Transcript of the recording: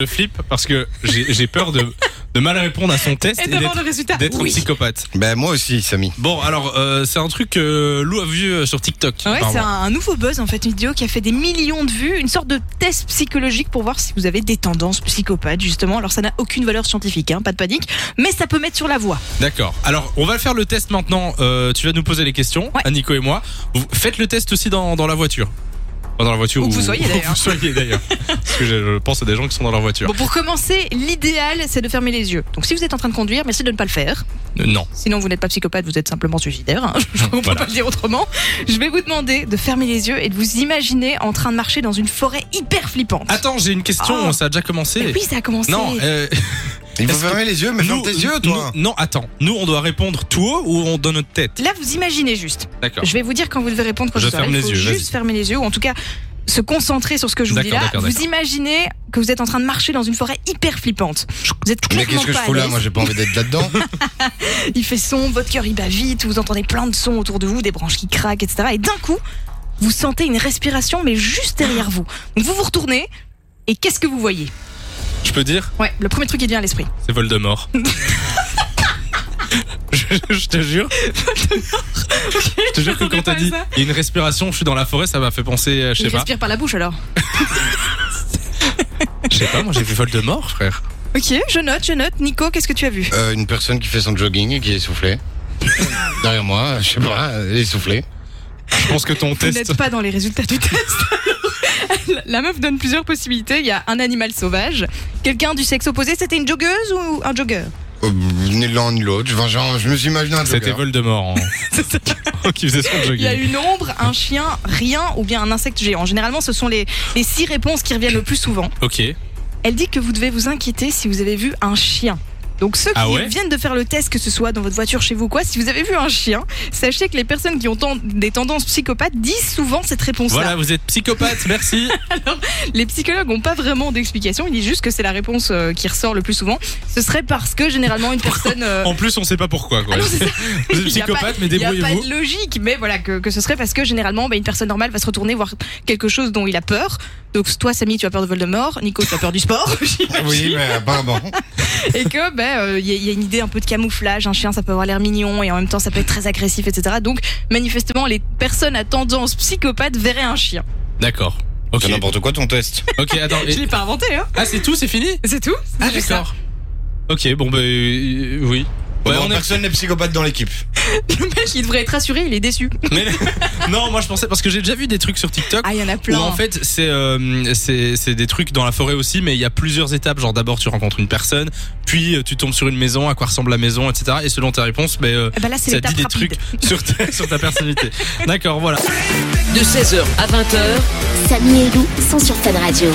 Je flippe parce que j'ai j'ai peur de, de mal répondre à son test et Et d'avoir d'être le résultat. d'être un Oui. psychopathe. Ben moi aussi, Samy. Bon, alors, euh, c'est un truc que Lou a vu euh, sur TikTok. Ah Ouais, apparemment. c'est un, un nouveau buzz en fait, une vidéo qui a fait des millions de vues, une sorte de test psychologique pour voir si vous avez des tendances psychopathes justement. Alors ça n'a aucune valeur scientifique, hein, pas de panique, mais ça peut mettre sur la voie. D'accord. Alors, on va faire le test maintenant. Euh, tu vas nous poser les questions, Ouais. à Nico et moi. Vous faites le test aussi dans, dans la voiture. Enfin, Dans la voiture Où que vous soyez, où d'ailleurs. vous soyez, d'ailleurs. Parce que je, je pense à des gens qui sont dans leur voiture. Bon, pour commencer, l'idéal c'est de fermer les yeux. Donc si vous êtes en train de conduire, merci de ne pas le faire. Euh, Non. Sinon vous n'êtes pas psychopathe, vous êtes simplement suicidaire. hein. Je ne Voilà. pas le dire autrement. Je vais vous demander de fermer les yeux et de vous imaginer en train de marcher dans une forêt hyper flippante. Attends, j'ai une question. Ah. Ça a déjà Et commencé. oui, ça a commencé. non. euh, Il faut Est-ce que- fermer les yeux, mais ferme nous, tes yeux, toi. nous- non, attends. Nous, on doit répondre tout haut ou on donne notre tête. Là, vous imaginez juste. D'accord. Je vais vous dire quand vous devez répondre quand Je je, serai. ferme Il les faut yeux, juste vas-y. fermer les yeux ou en tout cas se concentrer sur ce que je vous dis D'accord, là. d'accord, Vous d'accord. imaginez que vous êtes en train de marcher dans une forêt hyper flippante. Vous êtes Mais complètement qu'est-ce que je pas fous à là l'aise. Moi, j'ai pas envie d'être là-dedans. Il fait son, votre cœur il bat vite, vous entendez plein de sons autour de vous, des branches qui craquent, etc. Et d'un coup, vous sentez une respiration mais juste derrière vous. Donc vous vous retournez et qu'est-ce que vous voyez Je peux dire Ouais, le premier truc qui vient à l'esprit. C'est Voldemort. je, je te jure. je te jure que m'attendais quand t'as pas à dit ça. il y a une respiration, je suis dans la forêt, ça m'a fait penser, euh, je Il sais pas. respire par la bouche alors. Je sais pas, moi j'ai vu Voldemort, frère. Ok, je note, je note. Nico, qu'est-ce que tu as vu Euh, une personne qui fait son jogging et qui est essoufflée. Derrière moi, je sais pas, elle est essoufflée. Je pense que ton Vous test. n'êtes pas dans les résultats du test. Alors, La meuf donne plusieurs possibilités. Il y a un animal sauvage, quelqu'un du sexe opposé. C'était une joggeuse ou un jogger Euh, ni l'un ni l'autre. Enfin, genre, je me suis imaginé un truc. C'était Voldemort en- qui faisait son Il y a jogging. une ombre, un chien, rien ou bien un insecte géant. Généralement, ce sont les, les six réponses qui reviennent le plus souvent. Ok. Elle dit que vous devez vous inquiéter si vous avez vu un chien. Donc ceux qui Ah ouais viennent de faire le test, que ce soit dans votre voiture, chez vous ou quoi, si vous avez vu un chien, sachez que les personnes qui ont ten- des tendances psychopathes disent souvent cette réponse-là. Voilà, vous êtes psychopathe, merci. Les psychologues n'ont pas vraiment d'explication, ils disent juste que c'est la réponse euh, qui ressort le plus souvent. Ce serait parce que généralement une personne... euh, En plus, on sait pas pourquoi quoi. Ah non, c'est ça. vous êtes Il y a pas- psychopathe, mais Il n'y a pas débrouillez-vous. de logique, mais voilà, que, que ce serait parce que généralement, bah, une personne normale va se retourner voir quelque chose dont il a peur. Donc toi, Samy, tu as peur de Voldemort, Nico, tu as peur du sport, Oui, mais apparemment. et que bah, euh, il y, a- il y a une idée un peu de camouflage, un chien, ça peut avoir l'air mignon, et en même temps, ça peut être très agressif, etc. Donc, manifestement, les personnes à tendance psychopathe verraient un chien. D'accord. Ok. C'est n'importe quoi ton test. Ok, attends. et- Je l'ai pas inventé, hein Ah, c'est tout, c'est fini C'est tout Ah, C'est juste ça. d'accord. Ok, bon, bah, euh, oui. Ouais, Bon, on est- personne n'est psychopathe dans l'équipe. Le mec, il devrait être rassuré, il est déçu. Mais- non, moi je pensais parce que j'ai déjà vu des trucs sur TikTok. Ah, il y en a Où plein. en fait c'est euh, c'est c'est des trucs dans la forêt aussi mais il y a plusieurs étapes genre d'abord tu rencontres une personne puis euh, tu tombes sur une maison à quoi ressemble la maison etc et selon ta réponse mais euh, Eh ben là, c'est ça dit l'étape des rapide. trucs sur ta, sur ta personnalité d'accord voilà de 16h à 20h. Samy et Lou sont sur Fan Radio.